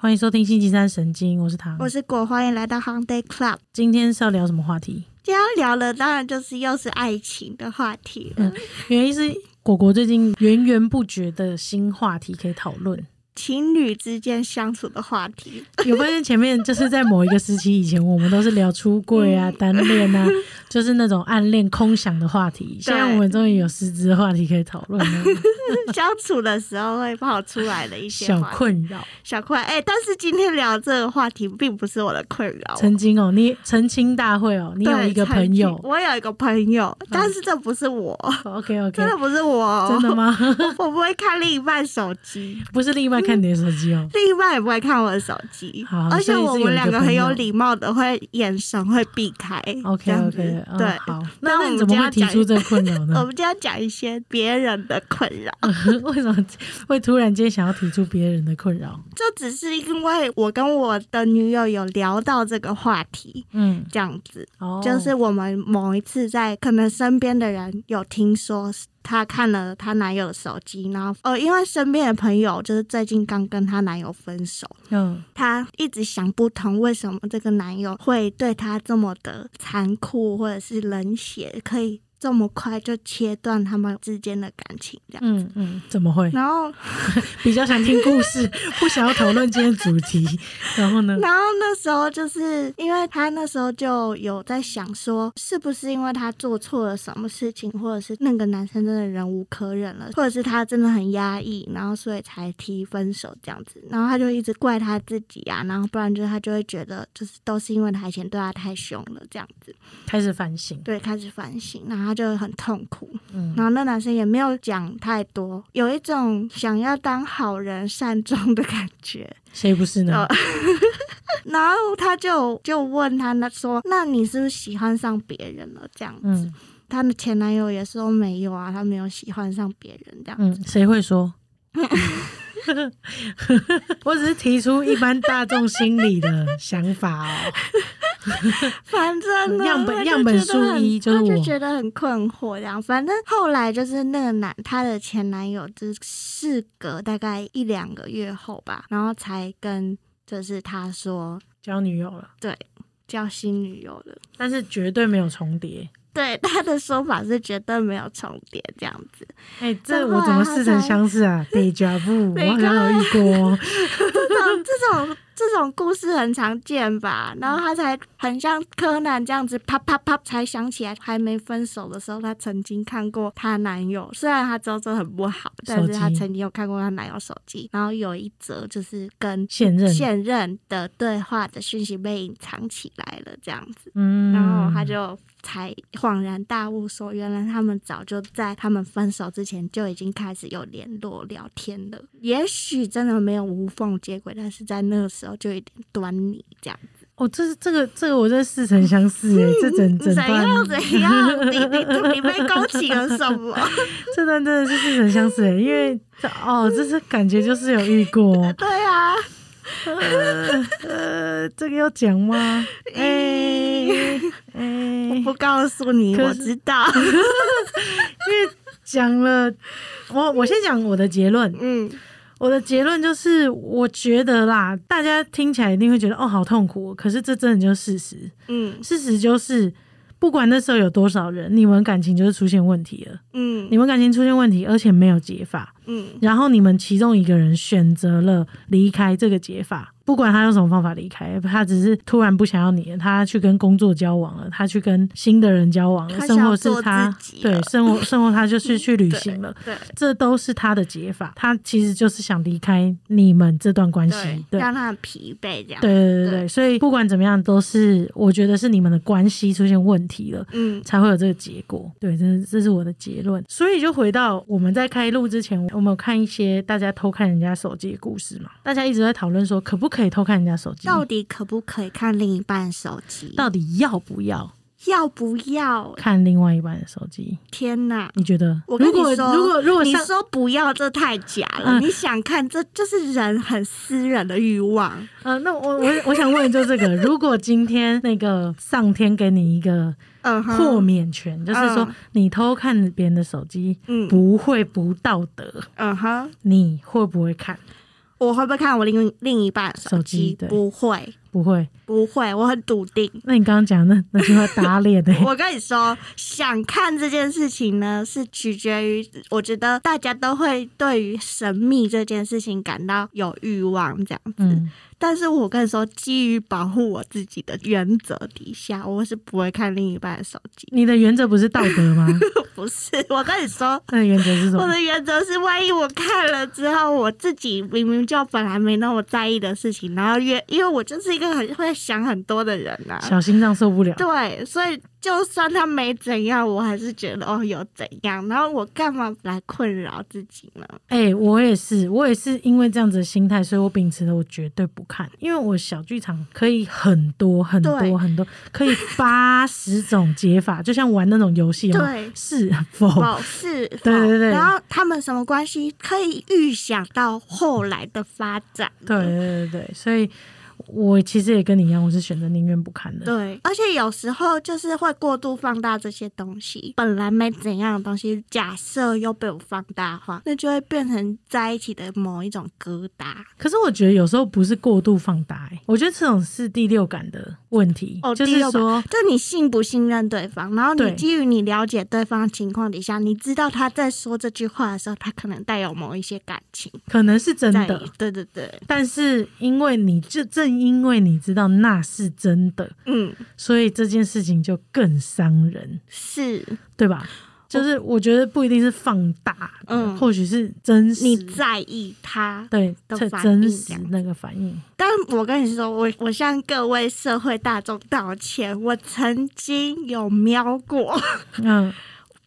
欢迎收听星期三神经，我是唐。我是果，欢迎来到 Hung Day Club。今天是要聊什么话题？今天要聊的当然就是又是爱情的话题了。原因是果果最近源源不绝的新话题可以讨 论。情侣之间相处的话题，有发现前面就是在某一个时期以前，我们都是聊出柜 啊、单恋啊，就是那种暗恋空想的话题。现在我们终于有实质的话题可以讨论了，相处的时候会跑出来的 一些小话题困扰。小快哎、但是今天聊这个话题并不是我的困扰。曾经哦，你澄清大会哦，你有对一个曾朋经友嗯我有一个朋友，但是这不是我， ，OK OK， 真的不是我，真的吗？ 我我不会看另一半手机，不是另一半看你的手机 哦。另一半也不会看我的手机好，而且所以是有我一个们两个很朋友有礼貌的，会眼神会避开。这 OK 样 OK，、子嗯、对。好，那那那我你们怎么今天会要提讲出这个困扰我呢？们今天讲一些别人的困扰， 为什么会突然间想要提出别人的困扰？就只是因为我跟我的女友有聊到这个话题，嗯，这样子，哦，就是我们某一次在可能身边的人有听说她看了她男友的手机，然后呃，因为身边的朋友就是最近刚跟她男友分手，嗯，她一直想不通为什么这个男友会对她这么的残酷，或者是冷血，可以这么快就切断他们之间的感情这样。嗯嗯，怎么会？然后，比较想听故 事，不想要讨论今天主题。然后呢？然后那时候就是因为她那时候就有在想说，是不是因为她做错了什么事情，或者是那个男生真的忍无可忍了，或者是她真的很压抑，然后所以才提分手这样子。然后她就一直怪她自己啊，然后不然就是她就会觉得，就是都是因为她以前对她太凶了这样子。开始反省。对，开始反省，然后他就很痛苦。嗯然后那男生也没有讲太多，有一种想要当好人善终的感觉。谁不是哦呢？然后他就就问他那说：“那你是不是喜欢上别人了？”这样子，嗯他的前男友也说没有啊，他没有喜欢上别人这样。嗯，谁会说？ 我只是提出一般大众心理的想法哦。反正呢，样本他就样本觉得数很一就是他我就觉得很困惑这样。反正后来就是那个男，他的前男友，就是事隔大概一两个月后吧，然后才跟就是他说交女友了，交新女友了。但是绝对没有重叠。对他的说法是绝对没有重叠这样子，哎、这啊我怎么似曾相识啊？得加布，我好像有遇过哦。这种这种这种故事很常见吧？然后他才很像柯南这样子，啪啪啪才想起来，还没分手的时候，她曾经看过她男友。虽然她周周很不好，但是她手机曾经有看过她男友手机，然后有一则就是跟现任，现任的对话的讯息被隐藏起来了，这样子，嗯，然后他就。才恍然大悟，说原来他们早就在他们分手之前就已经开始有联络聊天了。也许真的没有无缝接轨，但是在那个时候就有点端倪这样。哦，这是这个这个我在似曾相识哎，这 整整怎段样怎样？你你你被勾起了什么？ 这段真的是似曾相识哎，因为这哦，这是感觉就是有遇过哦，对啊，呃呃，这个要讲吗？哎哎，因不告诉你，可我是知道。 为讲了，我我先讲我的结论，嗯，我的结论就是，我觉得啦，大家听起来一定会觉得哦，好痛苦哦，可是这真的就是事实，嗯事实就是。不管那时候有多少人，你们感情就是出现问题了。嗯你们感情出现问题，而且没有解法，嗯然后你们其中一个人选择了离开这个解法，不管他用什么方法离开，他只是突然不想要你了，他去跟工作交往了，他去跟新的人交往了，他想生活要是做他自己对了生活生活他就是去旅行了。 对这都是他的解法，他其实就是想离开你们这段关系对，，对让他很疲惫这样。对对对对，所以不管怎么样，都是我觉得是你们的关系出现问题了，嗯才会有这个结果。对，这这是我的结论。所以就回到我们在开录之前，我们有看一些大家偷看人家手机的故事嘛，大家一直在讨论说可不可以偷看人家手机，到底可不可以看另一半手机？到底要不要要不要？看另外一半的手机？天哪！你觉得？我跟如你果说，如果如果你上说不要，这太假了。嗯你想看，这就是人很私人的欲望。呃，那我我我想问的就是这 个，如果今天那个上天给你一个嗯豁哼，免权，就是说嗯你偷看别人的手机嗯不会不道德，嗯哼，你会不会看？我会不会看我另另一半的手手机对不会，不会。不会，我很笃定。那你刚刚讲的那那句话打脸欸的、 我跟你说，想看这件事情呢，是取决于我觉得大家都会对于神秘这件事情感到有欲望这样子。嗯，但是我跟你说，基于保护我自己的原则底下，我是不会看另一半的手机。你的原则不是道德吗？ 不是， 我跟你说，那原则是什我么？的原则是，万一我看了之后，我自己明明就本来没那么在意的事情，然后越因为我就是一个很会想很多的人啊，小心脏受不了。对，所以就算他没怎样，我还是觉得哦有怎样，然后我干嘛来困扰自己呢？哎、我也是，我也是因为这样子的心态，所以我秉持了我绝对不看，因为我小剧场可以很多很对多很多，可以八十种解法，就像玩那种游戏哦，对。是否？某事，哦对对对对哦然后他们什么关系可以预想到后来的发展，对对对对，所以我其实也跟你一样，我是选择宁愿不看的。对，而且有时候就是会过度放大这些东西，本来没怎样的东西，假设又被我放大化，那就会变成在一起的某一种疙瘩。可是我觉得有时候不是过度放大、欸，我觉得这种是第六感的问题，哦就是第六感说，就你信不信任对方，然后你对基于你了解对方的情况底下，你知道他在说这句话的时候，他可能带有某一些感情可能是真在的，对对对，但是因为你就正因为你知道那是真的，嗯，所以这件事情就更伤人，是对吧？就是我觉得不一定是放大，哦嗯或许是真实，你在意他。对，的这反真应实这样那个反应，但我跟你说，我我向各位社会大众道歉，我曾经有瞄过，嗯，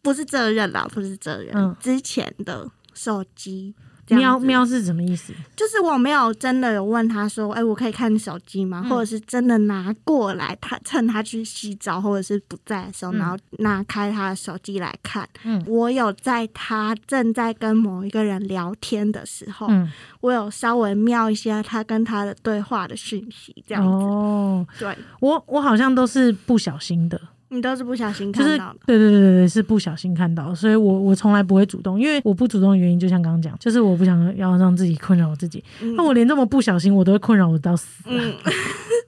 不是这任啦，不是这任，嗯之前的手机。这样喵子喵是什么意思？就是我没有真的有问他说，哎、我可以看你手机吗？嗯或者是真的拿过来，他趁他去洗澡或者是不在的时候，嗯然后拿开他的手机来看。嗯我有在他正在跟某一个人聊天的时候，嗯，我有稍微瞄一下他跟他的对话的讯息，这样子。哦，对，我我好像都是不小心的，你都是不小心就看是到的。对对对对对，是不小心看到，所以我我从来不会主动，因为我不主动的原因，就像刚刚讲，就是我不想要让自己困扰我自己，嗯那我连这么不小心我都会困扰我到死、啊，嗯，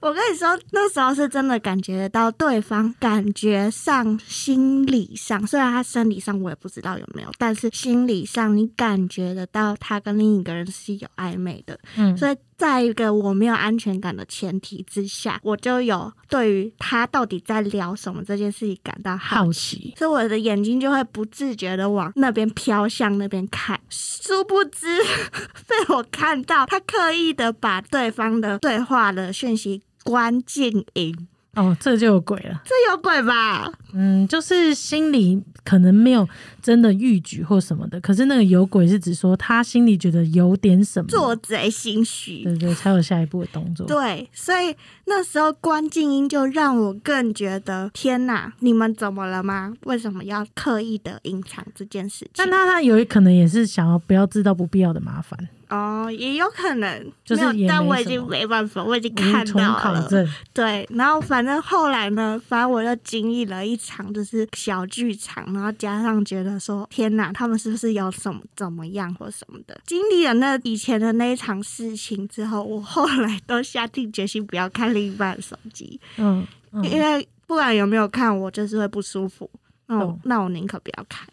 我跟你说，那时候是真的感觉得到对方感觉上、心理上，虽然他生理上我也不知道有没有，但是心理上你感觉得到他跟另一个人是有暧昧的，嗯，所以在一个我没有安全感的前提之下，我就有对于他到底在聊什么这件事情感到好好奇。奇，所以我的眼睛就会不自觉的往那边飘，向那边看。殊不知 被我看到，他刻意的把对方的对话的讯息关静音，哦，这就有鬼了。这有鬼吧？嗯，就是心里可能没有真的欲举或什么的，可是那个有鬼是指说他心里觉得有点什么，做贼心虚。对对，才有下一步的动作。对，所以那时候关静音就让我更觉得天哪，你们怎么了吗？为什么要刻意的隐藏这件事情但？他他有可能也是想要不要制造不必要的麻烦，哦，也有可能，就是没也有，但没我已什经么没办法，我已经我们看重到考了。证，对，然后反正后来呢，反正我又经历了一场就是小剧场，然后加上觉得说天哪，他们是不是有什么怎么样或什么的？经历了那以前的那一场事情之后，我后来都下定决心不要看另一半的手机，嗯嗯，因为不管有没有看，我就是会不舒服。那我懂那我宁可不要看。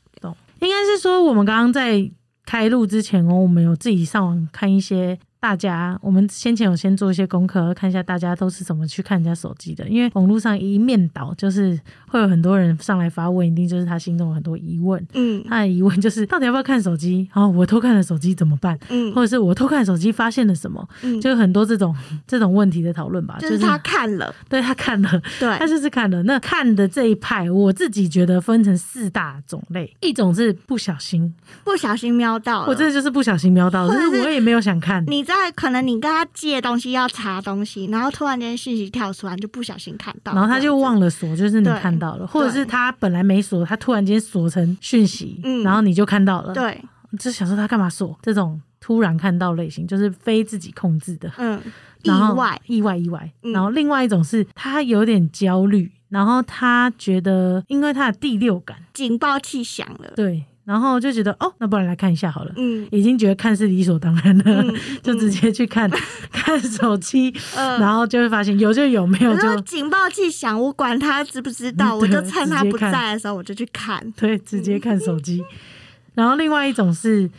应该是说我们刚刚在开录之前哦，我们有自己上网看一些。大家，我们先前有先做一些功课，看一下大家都是怎么去看人家手机的，因为网络上一面倒，就是会有很多人上来发问，一定就是他心中有很多疑问，嗯他的疑问就是到底要不要看手机？然、后我偷看了手机怎么办？嗯或者是我偷看手机发现了什么？嗯，就很多这种这种问题的讨论吧。就是是他哎看了，对他看了，对他，就是看了。那看的这一派，我自己觉得分成四大种类，一种是不小心，不小心瞄到了。我真的就是不小心瞄到，或就者是是我也没有想看。你在可能你跟他借东西要查东西，然后突然间讯息跳出来，你就不小心看到，然后他就忘了锁，就是你对看到了，或者是他本来没锁，他突然间锁成讯息，嗯然后你就看到了，这，样子。就想说他干嘛锁？这种突然看到类型，就是非自己控制的。对，嗯，意然后外，意外，意外。嗯然后另外一种是他有点焦虑，然后他觉得，因为他的第六感，警报器响了，对然后就觉得哦，那不然来看一下好了，嗯已经觉得看是理所当然了，嗯 就直接去看、 看手机，嗯。然后就会发现有就有，没有然后就警报器响，我管他知不知道， 嗯我对就趁他直接不看在的时候我就去看。对，直接看手机。 然后另外一种是。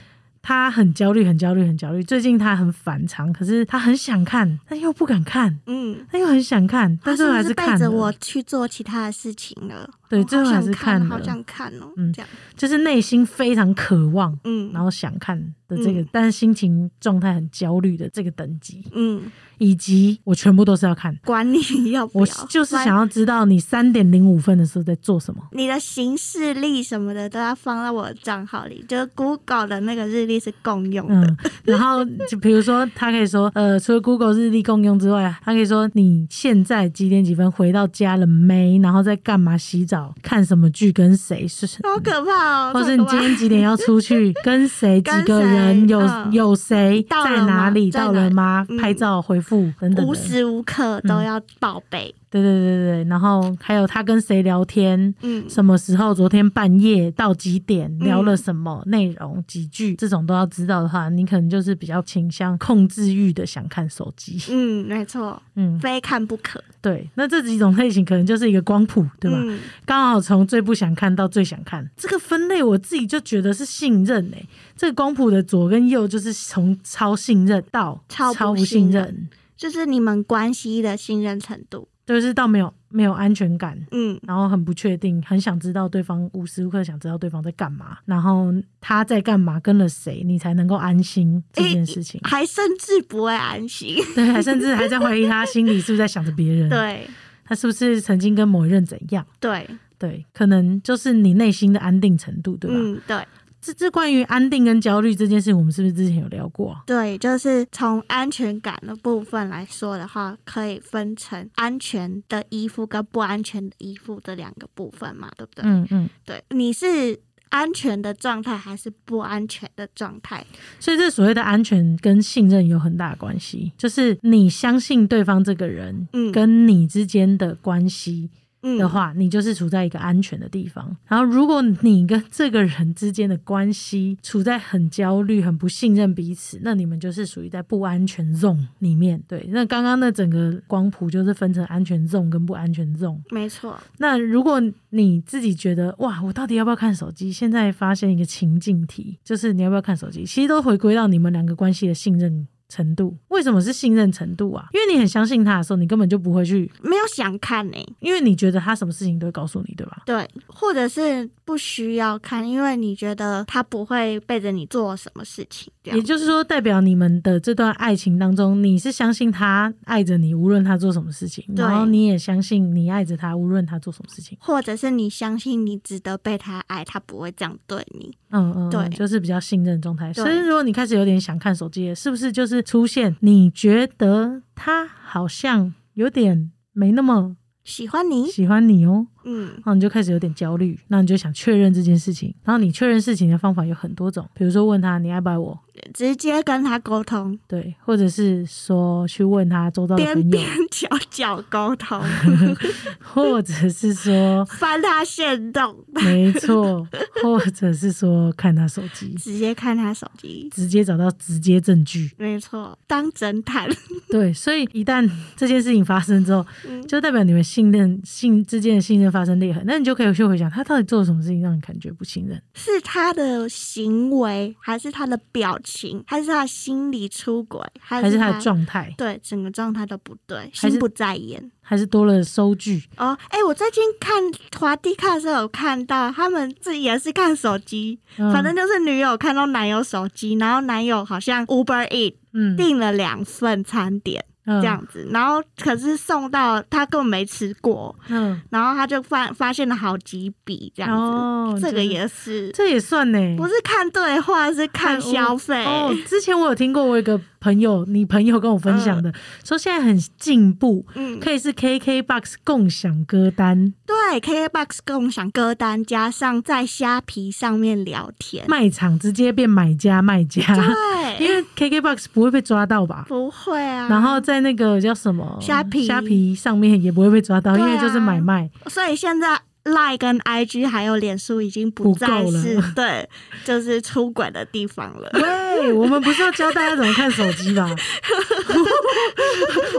他很焦虑，很焦虑，很焦虑。最近他很反常，可是他很想看，但又不敢看，嗯，他又很想看，但最后他还是不看背着了。我去做其他的事情了。哦对我好最后还想是看看好了想看哦，嗯这样，就是内心非常渴望，嗯，然后想看的这个，嗯但是心情状态很焦虑的这个等级，嗯，以及我全部都是要看，管你 要不我要，就是反想要知道你三点零五分的时候在做什 么。你的行事历什么的都要放到我的账号里，就是 Google 的那个日历是共用的。嗯，然后就比如说，他可以说，呃，除了 Google 日历共用之外，他可以说你现在几点几分回到家了没？然后在干嘛？洗澡、看什么剧、跟谁是？好可怕哦！或是这你个今吧天几点要出去，跟谁几 跟个谁人，有嗯有谁到在了哪吗里，在到哪了里吗？拍嗯照、回复等等无的。嗯时无刻都要报备。对对对对，对然后还有他跟谁聊天，嗯什么时候，昨天半夜到几点聊了什么内容，几句这种都要知道的话，你可能就是比较倾向控制欲的想看手机。嗯，没错，嗯，非看不可，对，那这几种类型可能就是一个光谱，对吧？嗯刚好从最不想看到最想看，这个分类我自己就觉得是信任诶、这个光谱的左跟右就是从超信任到超不超不信信任任，就是你们关系的信任程度。就是到没有没有安全感，嗯然后很不确定，很想知道对方无时无刻想知道对方在干嘛，然后他在干嘛，跟了谁，你才能够安心这件事情。 还甚至不会安心。对，还甚至还在怀疑他心里是不是在想着别人，对他是不是曾经跟某一任怎样？对，对，可能就是你内心的安定程度，对吧？嗯对这这关于安定跟焦虑这件事，我们是不是之前有聊过啊？对，就是从安全感的部分来说的话，可以分成安全的依附跟不安全的依附这两个部分嘛，对不对？嗯嗯，对，你是。安全的状态还是不安全的状态？所以这所谓的安全跟信任有很大的关系，就是你相信对方这个人嗯跟你之间的关系，嗯的话，你就是处在一个安全的地方。然后，如果你跟这个人之间的关系处在很焦虑、很不信任彼此，那你们就是属于在不安全 zone 里面。对，那刚刚那整个光谱就是分成安全 zone 跟不安全 zone。没错，那如果你自己觉得哇，我到底要不要看手机？现在发现一个情境题，就是你要不要看手机？其实都回归到你们两个关系的信任。程度为什么是信任程度啊？因为你很相信他的时候，你根本就不会去，没有想看呢、因为你觉得他什么事情都会告诉你，对吧？对，或者是不需要看，因为你觉得他不会背着你做什么事情，这样也就是说，代表你们的这段爱情当中，你是相信他爱着你，无论他做什么事情，对然后你也相信你爱着他，无论他做什么事情。或者是你相信你值得被他爱，他不会这样对你。嗯嗯，嗯对就是比较信任状态。对所以，如果你开始有点想看手机了，是不是就是出现你觉得他好像有点没那么喜欢你，喜欢你哦，嗯然后你就开始有点焦虑，那你就想确认这件事情。然后你确认事情的方法有很多种，比如说问他你爱不爱我，直接跟他沟通，对，或者是说去问他周遭的边朋友边。角角沟通， 或者是说，翻他线动， 没错，或者是说看他手机，直接看他手机。直接找到直接证据。没错，当侦探，对，所以一旦这件事情发生之后，嗯就代表你们信任信之间的信任发生裂痕，那你就可以去回想他到底做了什么事情让你感觉不信任。是他的行为，还是他的表情，还是他的心理出轨，还还是是他他的状态，对整个状态都不对，还是心不在焉。还是多了收据，哦，哎、我最近看华地看的时候有看到，他们自己也是看手机，嗯反正就是女友看到男友手机，然后男友好像 Uber Eat 嗯订了两份餐点这这，样子，然后可是送到他根本没吃过，嗯，然后他就发发现了好几笔这样子，哦这就个是也是这也算呢，不是看对话，是看消费。嗯哦，之前我有听过，我有一个朋友，你朋友跟我分享的，说现在很进步，嗯，可以是 KKBOX 共享歌单、对，KKBOX 共享歌单加上在虾皮上面聊天，卖场直接变买家卖家，因对，啊为 KKBOX 不会被抓到吧？不会啊。然后在那个叫什么虾皮虾皮上面也不会被抓到，对因啊 为就是买卖，所以现在 Line 跟 IG 还有脸书已经不不够再了是 对，就是出轨的地方了。对，我们不是要教大家怎么看手机吧？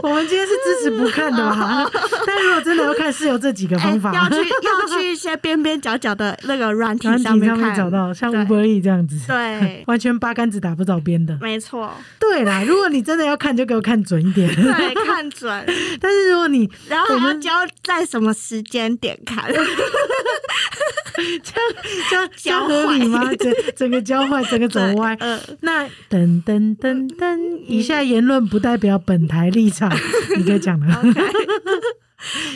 我们今天是支持不看的吧？ 但如果真的要看， 是有这几个哎方法。要去要去一些边边角角的那个软体软体上上面面看，找到，像对 Uber E 这样子，，对完全八竿子打不着边的。没错，对啦，如果你真的要看，就给我看准一点。 对，看准，但是如果你然后我还要们教在什么时间点 看，这样这样教合理坏吗？整整个教坏，整个走对歪。呃那噔噔噔噔，以下言论不代表本台立场。你可以讲了， OK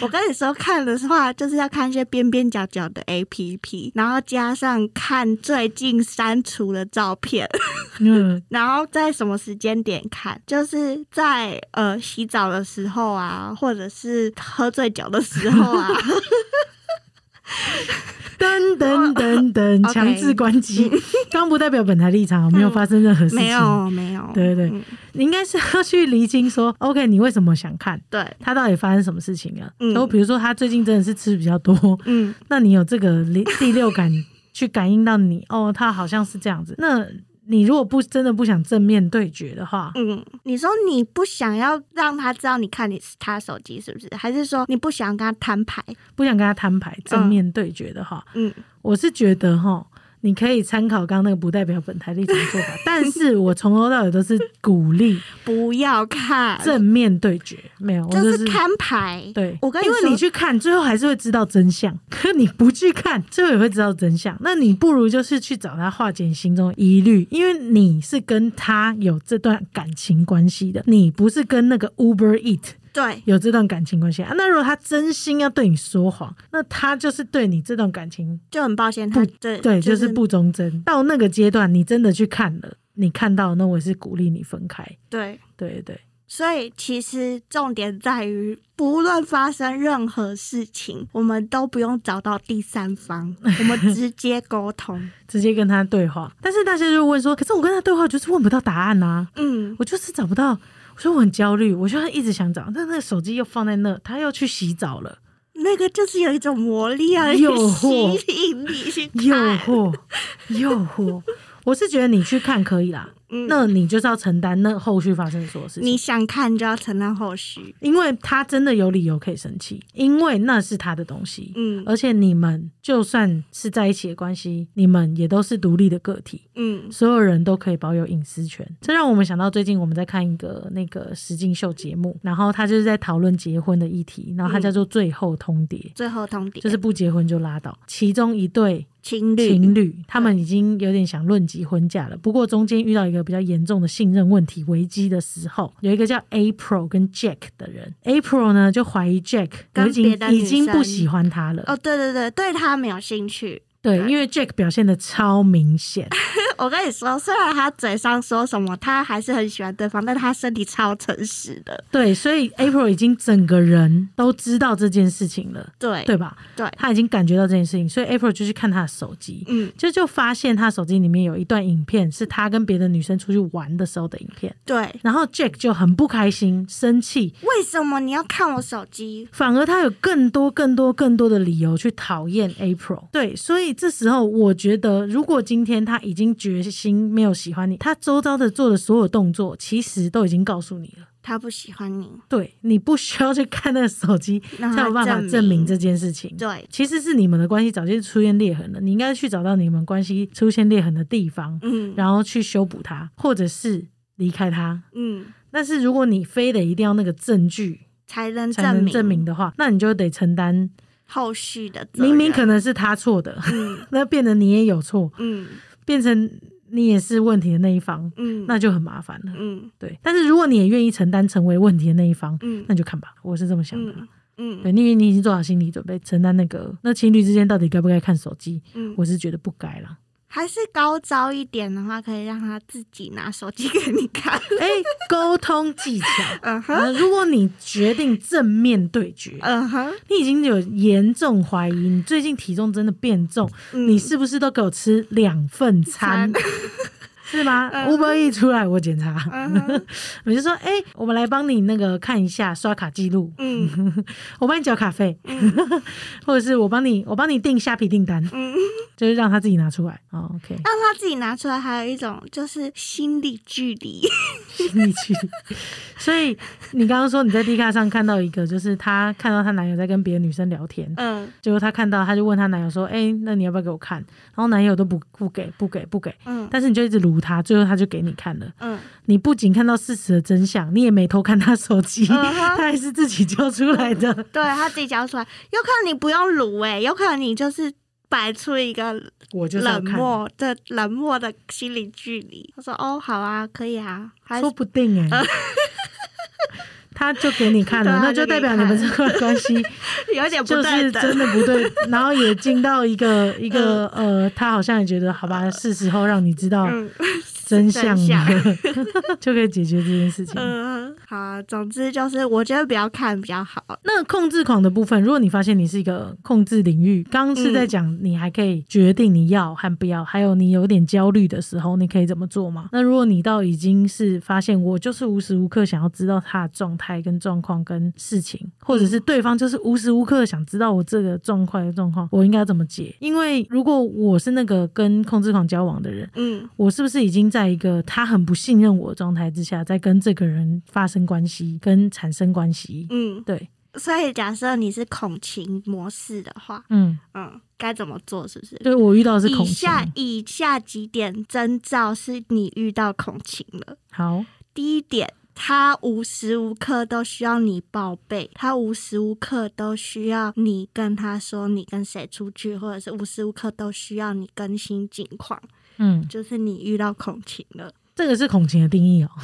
我跟你说，看的话就是要看一些边边角角的 APP，然后加上看最近删除的照片， 嗯，然后在什么时间点看，就是在呃洗澡的时候啊，或者是喝醉酒的时 候啊，噔噔噔噔，哦 OK 嗯强制关 机。刚不代表本台立场，没有发生任何事情。没，有没有，对对对嗯你应该是要去厘清说，OK，你为什么想看？对，他到底发生什么事情了？嗯然后比如说他最近真的是吃比较多，嗯，那你有这个第第六感去感应到你 哦，他好像是这样子。那你如果不真的不想正面对决的话，嗯，你说你不想要让他知道你看你他手机是不是？还是说你不想跟他摊牌？不想跟他摊牌正面对决的话，嗯我是觉得哈，你可以参考刚刚那个不代表本台立场的做法，但是我从头到尾都是鼓励不要看，正面对决，没有，我就就是是。摊牌。对，我跟因为说你，去看，最后还是会知道真相。 可你不去看，最后也会知道真相。那你不如就是去找他化解你心中的疑虑，因为你是跟他有这段感情关系的，你不是跟那个 Uber Eat 对有这段感情关系啊。那如果他真心要对你说谎，那他就是对你这段感情就很抱歉，他不对对，呃就就是不忠贞。到那个阶段，你真的去看了，你看到，那我也是鼓励你分开。对。对对对，所以其实重点在于，不论发生任何事情，我们都不用找到第三方，我们直接沟 通。直接跟他对话。但是大家就问说，可是我跟他对话，我就是问不到答案啊。嗯，我就是找不到，所以我很焦虑，我就一直想找，但那个手机又放在那，他又去洗澡了，那个就是有一种魔力啊，诱 吸惑引你 去诱看。惑，诱惑。我是觉得你去看可以啦，嗯那你就是要承担那后续发生的所有事情你，想看就要承担后续。因为他真的有理由可以生气，因为那是他的东西，嗯而且你们就算是在一起的关系，你们也都是独立的个体，嗯所有人都可以保有隐私权。这让我们想到最近我们在看一个那个实境秀节目，然后他就是在讨论结婚的议题，然后它叫做《最后通牒》，最后通牒就是不结婚就拉倒。其中一对情侣，情侣，他们已经有点想论及婚嫁了，不过中间遇到一个比较严重的信任问题危机的时候，有一个叫 April 跟 Jack 的人，April 呢就怀疑 Jack 跟已经别的女已经不生喜欢他了。哦，对对对，对他没有兴趣。对，因为 Jack 表现的超明显，我跟你说，虽然他嘴上说什么，他还是很喜欢对方，但他身体超诚实的。对，所以 April 已经整个人都知道这件事情了，对对吧？对他已经感觉到这件事情，所以 April 就去看他的手机，嗯，就就发现他手机里面有一段影片，是他跟别的女生出去玩的时候的影片。对。然后 Jack 就很不开心，生气，为什么你要看我手机？反而他有更多、更多、更多的理由去讨厌 April。对，所以这时候我觉得，如果今天他已经决心没有喜欢你，他周遭的做的所有动作，其实都已经告诉你了。他不喜欢你，对你不需要去看那个手 机，让才他有办法证证明明这件事情。对，其实是你们的关系早就出现裂痕了，你应该去找到你们关系出现裂痕的地方，嗯，然后去修补它，或者是离开它。嗯，但是如果你非得一定要那个证据才能才能证明证明的话，那你就得承担，后续的责任明明可能是他错的，嗯 那变成你也有错，嗯变成你也是问题的那一方，嗯，那就很麻烦了。嗯对，但是如果你也愿意承担成为问题的那一方，嗯那你就看吧，我是这么想的啦。嗯对，因为你已经做好心理准备，承担那个那情侣之间到底该不该看手机，嗯，我是觉得不该啦。还是高招一点的话，可以让他自己拿手机给你看。哎、沟通技巧。 嗯哼，啊，如果你决定正面对决，嗯 哼，你已经有严重怀疑，你最近体重真的变重，嗯你是不是都给我吃两份餐？是吗 嗯？Uber E 出来我检查，嗯哼 我就说，哎、我们来帮你那个看一下刷卡记录，嗯 我帮你缴卡费， 或者是我帮你我帮你订虾皮订单， 嗯，就是让他自己拿出来。哦，OK， 让他自己拿出来，还有一种就是心理距离。 心理距离。所以你刚刚说你在 D 卡上看到一个，就是她看到她男友在跟别的女生聊天， 嗯结果她看到，她就问她男友说：“哎、那你要不要给我看？”然后男友都不不给，不给，不给。嗯但是你就一直撸他，最后他就给你看了。嗯你不仅看到事实的真相，你也没偷看他手机， 嗯他哼，还是自己交出来的。对他自己讲出来，有可能你不用卤哎、有可能你就是摆出一个我就是要冷看，漠 的冷漠的心理距离。他说：“哦，好啊，可以啊，还说不定 哎、他就给你看了，对啊那就代表你们这段关系有点不就对是等。真的不对，然后也进到一个一个呃，他好像也觉得好吧，是时候让你知道 嗯哦真相啊真相了， 就可以解决这件事情。嗯，好啊，总之就是我觉得不要看比较好。那控制狂的部分，如果你发现你是一个控制领域，刚刚是在讲你还可以决定你要和不要，还有你有点焦虑的时候，你可以怎么做嘛？那如果你到已经是发现我就是无时无刻想要知道他的状态跟状况跟事情，或者是对方就是无时无刻想知道我这个状况的状况，我应该要怎么解？因为如果我是那个跟控制狂交往的人。嗯我是不是已经在一个他很不信任我的状态之下，在跟这个人发生关系，跟产生关系？嗯，对，所以假设你是恐情模式的话，嗯，嗯，该怎么做？是不是？对我遇到的是以恐惧。下以下几点征兆是你遇到恐情了。好，第一点，他无时无刻都需要你报备，他无时无刻都需要你跟他说你跟谁出去，或者是无时无刻都需要你更新近况，嗯，就是你遇到恐情了。这个是恐情的定义哦，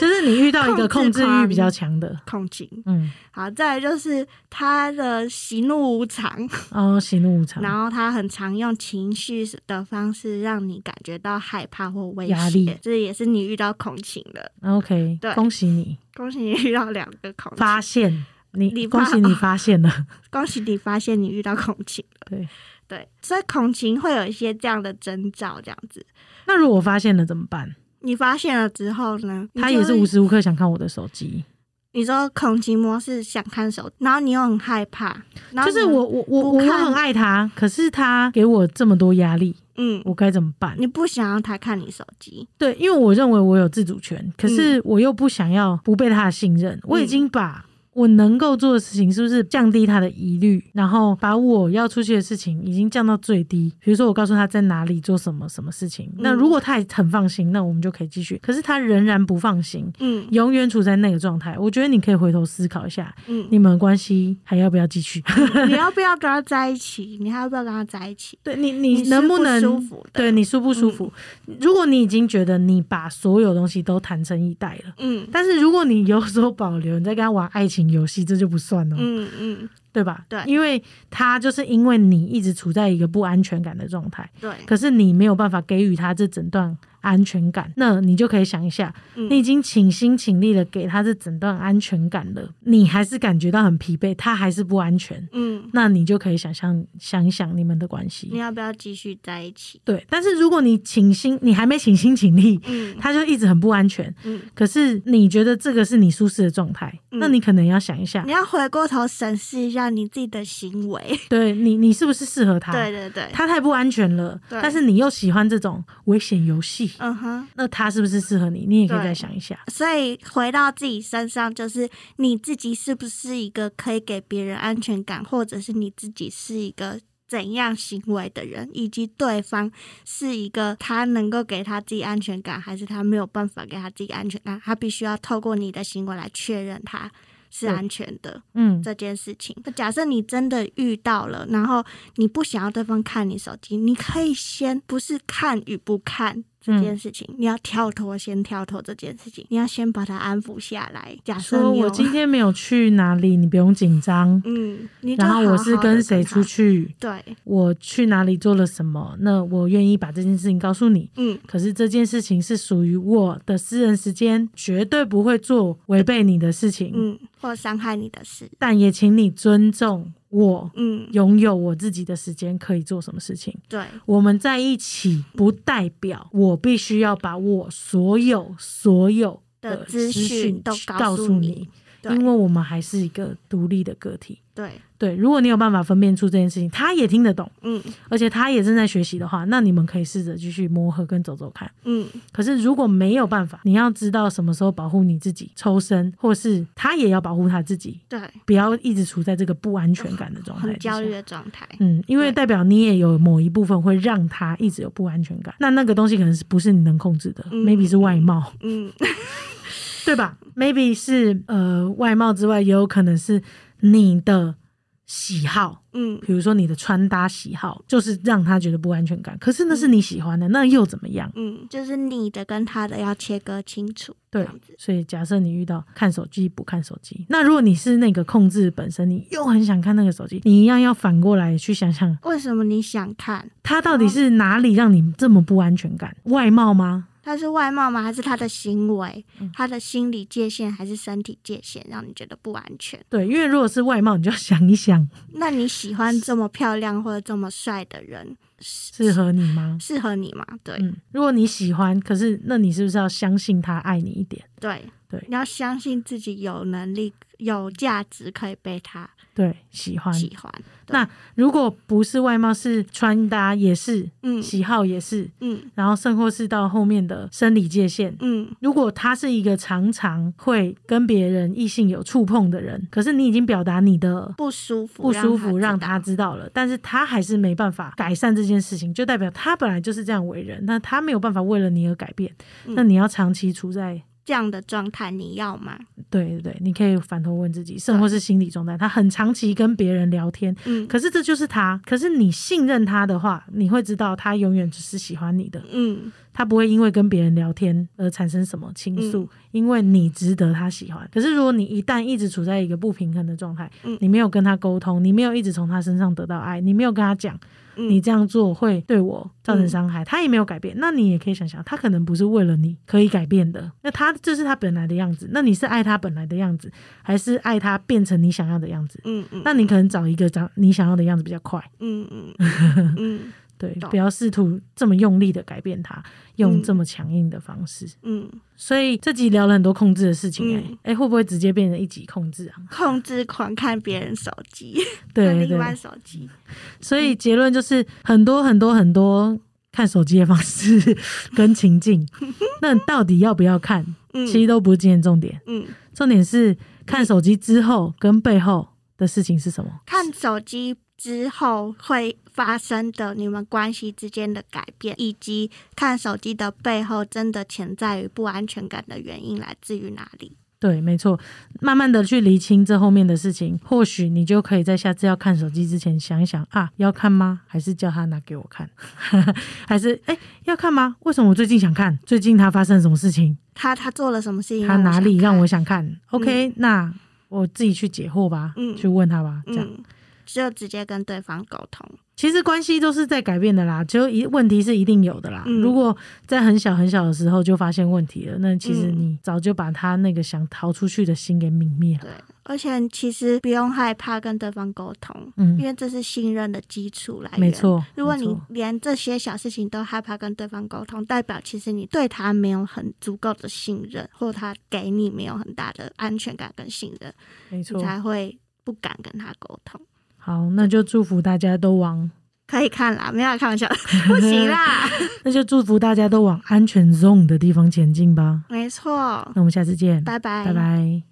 就是你遇到一个控控制制欲狂比较强的，恐情，嗯，好，再来就是他的喜怒无常，哦，喜怒无常，然后他很常用情绪的方式让你感觉到害怕或威压力胁，这也是你遇到恐情了。 OK，对恭喜你恭喜你遇到两个恐情，发现你， 你恭发喜你发现 了，恭喜你发现你遇到恐情了。对。对，所以恐情会有一些这样的征兆，这样子。那如果我发现了怎么办？你发现了之后呢？你他就也是无时无刻想看我的手机，你说恐情模式想看手，然后你又很害怕，然后就是你我我我不我又看很爱他，可是他给我这么多压力，嗯，我该怎么办？你不想让他看你手机，对，因为我认为我有自主权，可嗯是我又不想要不被他的信任。我已经把我能够做的事情，是不是降低他的疑虑，然后把我要出去的事情已经降到最低。比如说，我告诉他在哪里做什么什么事情，那嗯如果他也很放心，那我们就可以继续。可是他仍然不放心，嗯永远处在那个状态。我觉得你可以回头思考一下，嗯，你们的关系还要不要继续？ 你要不要跟他在一起？你还要不要跟他在一起？对你，你你是能不能舒服嗯的？对你舒不舒服？如果你已经觉得你把所有东西都坦诚以待了。嗯但是如果你有所保留，你在跟他玩爱情游戏，这就不算哦，嗯嗯，对吧？对因为他就是因为你一直处在一个不安全感的状态，对，可是你没有办法给予他这整段安全感，那你就可以想一下，嗯你已经倾心倾力的给他这整段安全感了，你还是感觉到很疲惫，他还是不安全，嗯，那你就可以想象想一想你们的关你系。要不要继续在一起？对，但是如果你倾心，你还没倾心倾力，嗯他就一直很不安全，嗯，可是你觉得这个是你舒适的状态，嗯那你可能要想一下你，要回过头审视一下你自己的行为。对你，你是不是适合他？对对对，他太不安全了，对但是你又喜欢这种危险游戏，嗯哼。那他是不是适合你？你也可以对再想一下。所以回到自己身上，就是你自己是不是一个可以给别人安全感，或者是你自己是一个怎样行为的人，以及对方是一个他能够给他自己安全感，还是他没有办法给他自己安全感，他必须要透过你的行为来确认他。是对安全的嗯，这件事情。假设你真的遇到了，然后你不想要对方看你手机，你可以先不是看与不看，这件嗯，事情，你要跳脱，先跳脱这件事情，你要先把它安抚下来。假设说你有我今天没有去哪里，你不用紧张。嗯，你就然后好我好是地跟谁他出？去，对，我去哪里做了什么，那我愿意把这件事情告诉你。嗯，可是这件事情是属于我的私人时间，绝对不会做违背你的事情。嗯嗯，或伤害你的事，但也请你尊重我嗯，拥有我自己的时间可以做什么事情。对，我们在一起不代表我必须要把我所有所有的资资讯都告诉诉你你，对因为我们还是一个独立的个体。对，对，如果你有办法分辨出这件事情，他也听得懂，嗯而且他也正在学习的话，那你们可以试着继续磨合跟走走看。嗯，可是如果没有办法，你要知道什么时候保护你自己，抽身，或是他也要保护他自己，对，不要一直处在这个不安全感的状态哦很之下焦虑。的状态，嗯，因为对代表你也有某一部分会让他一直有不安全感，那那个东西可能是不是你能控制的、嗯 m a y b e 是外貌，嗯，对吧？Maybe 是呃外貌之外，也有可能是你的喜好，嗯，比如说你的穿搭喜好，就是让他觉得不安全感。可是那是你喜欢的，那又怎么样？嗯，就是你的跟他的要切割清楚，对这样子，所以假设你遇到看手机不看手机，那如果你是那个控制本身，你又很想看那个手机，你一样要反过来去想想，为什么你想看？他到底是哪里让你这么不安全感？嗯外貌吗？他是外貌吗？还是他的行为、嗯他的心理界限，还是身体界限，让你觉得不安全？对，因为如果是外貌，你就要想一 想那你喜欢这么漂亮或者这么帅的人，适适合你吗？适合你吗？对、嗯，如果你喜欢，可是那你是不是要相信他爱你一点？对对你要相信自己有能力、有价值，可以被他对，喜欢。喜欢。对那如果不是外貌，是穿搭也是，嗯喜好也是，嗯然后甚或是到后面的生理界限，嗯如果他是一个常常会跟别人异性有触碰的人，可是你已经表达你的不舒服，不舒服，让让他他知知道了，但是他还是没办法改善这件事情，就代表他本来就是这样为人，那他没有办法为了你而改变，嗯那你要长期处在。道这样的状态，你要吗？对对对，你可以反头问自己，甚或是心理状态，他很长期跟别人聊天，嗯，可是这就是他。可是你信任他的话，你会知道他永远只是喜欢你的，嗯他不会因为跟别人聊天而产生什么情愫，嗯因为你值得他喜欢。可是如果你一旦一直处在一个不平衡的状态，嗯你没有跟他沟通，你没有一直从他身上得到爱，你没有跟他讲嗯，你这样做会对我造成伤害，他也没有改变，那你也可以想想，他可能不是为了你可以改变的，那他这是他本来的样子，那你是爱他本来的样子，还是爱他变成你想要的样子？嗯嗯，那你可能找一个长你想要的样子比较快。嗯嗯嗯嗯对，懂不要试图这么用力的改变他，用嗯这么强硬的方式。嗯，所以这集聊了很多控制的事情、欸，哎、嗯会不会直接变成一集控制啊？控制狂看别人手机，看 对另对外对，手机，所以结论就是很多很多很多看手机的方式跟情 境，那到底要不要看，嗯其实都不是今天重点，嗯，重点是看手机之后跟背后的事情是什么。看手机之后会发生的你们关系之间的改变，以及看手机的背后真的潜在于不安全感的原因来自于哪里。对，没错，慢慢的去厘清这后面的事情，或许你就可以在下次要看手机之前想一想啊，要看吗？还是叫他拿给我看？ 还是哎、要看吗？为什么我最近想看？最近他发生了什么事情？他他做了什么事情？他哪里让我我想看？OK，、那我自己去解惑吧，嗯去问他吧，这想样。看？嗯，就直接跟对方沟通。其实关系都是在改变的啦，就一问题是一定有的啦。嗯如果在很小很小的时候就发现问题了，那其实嗯你早就把他那个想逃出去的心给泯灭了。对，而且其实不用害怕跟对方沟通，嗯因，为这是信任的基础来源。没。错。如果没你错连这些小事情都害怕跟对方沟通，代表其实你对他没有很足够的信任，或他给你没有很大的安全感跟信任，没你错，才会不敢跟他沟通。好，那就祝福大家都往，可以看啦，没有啦开玩笑， 不行 啦，那就祝福大家都往安全 zone 的地方前进吧。没错，那我们下次见，拜拜，拜拜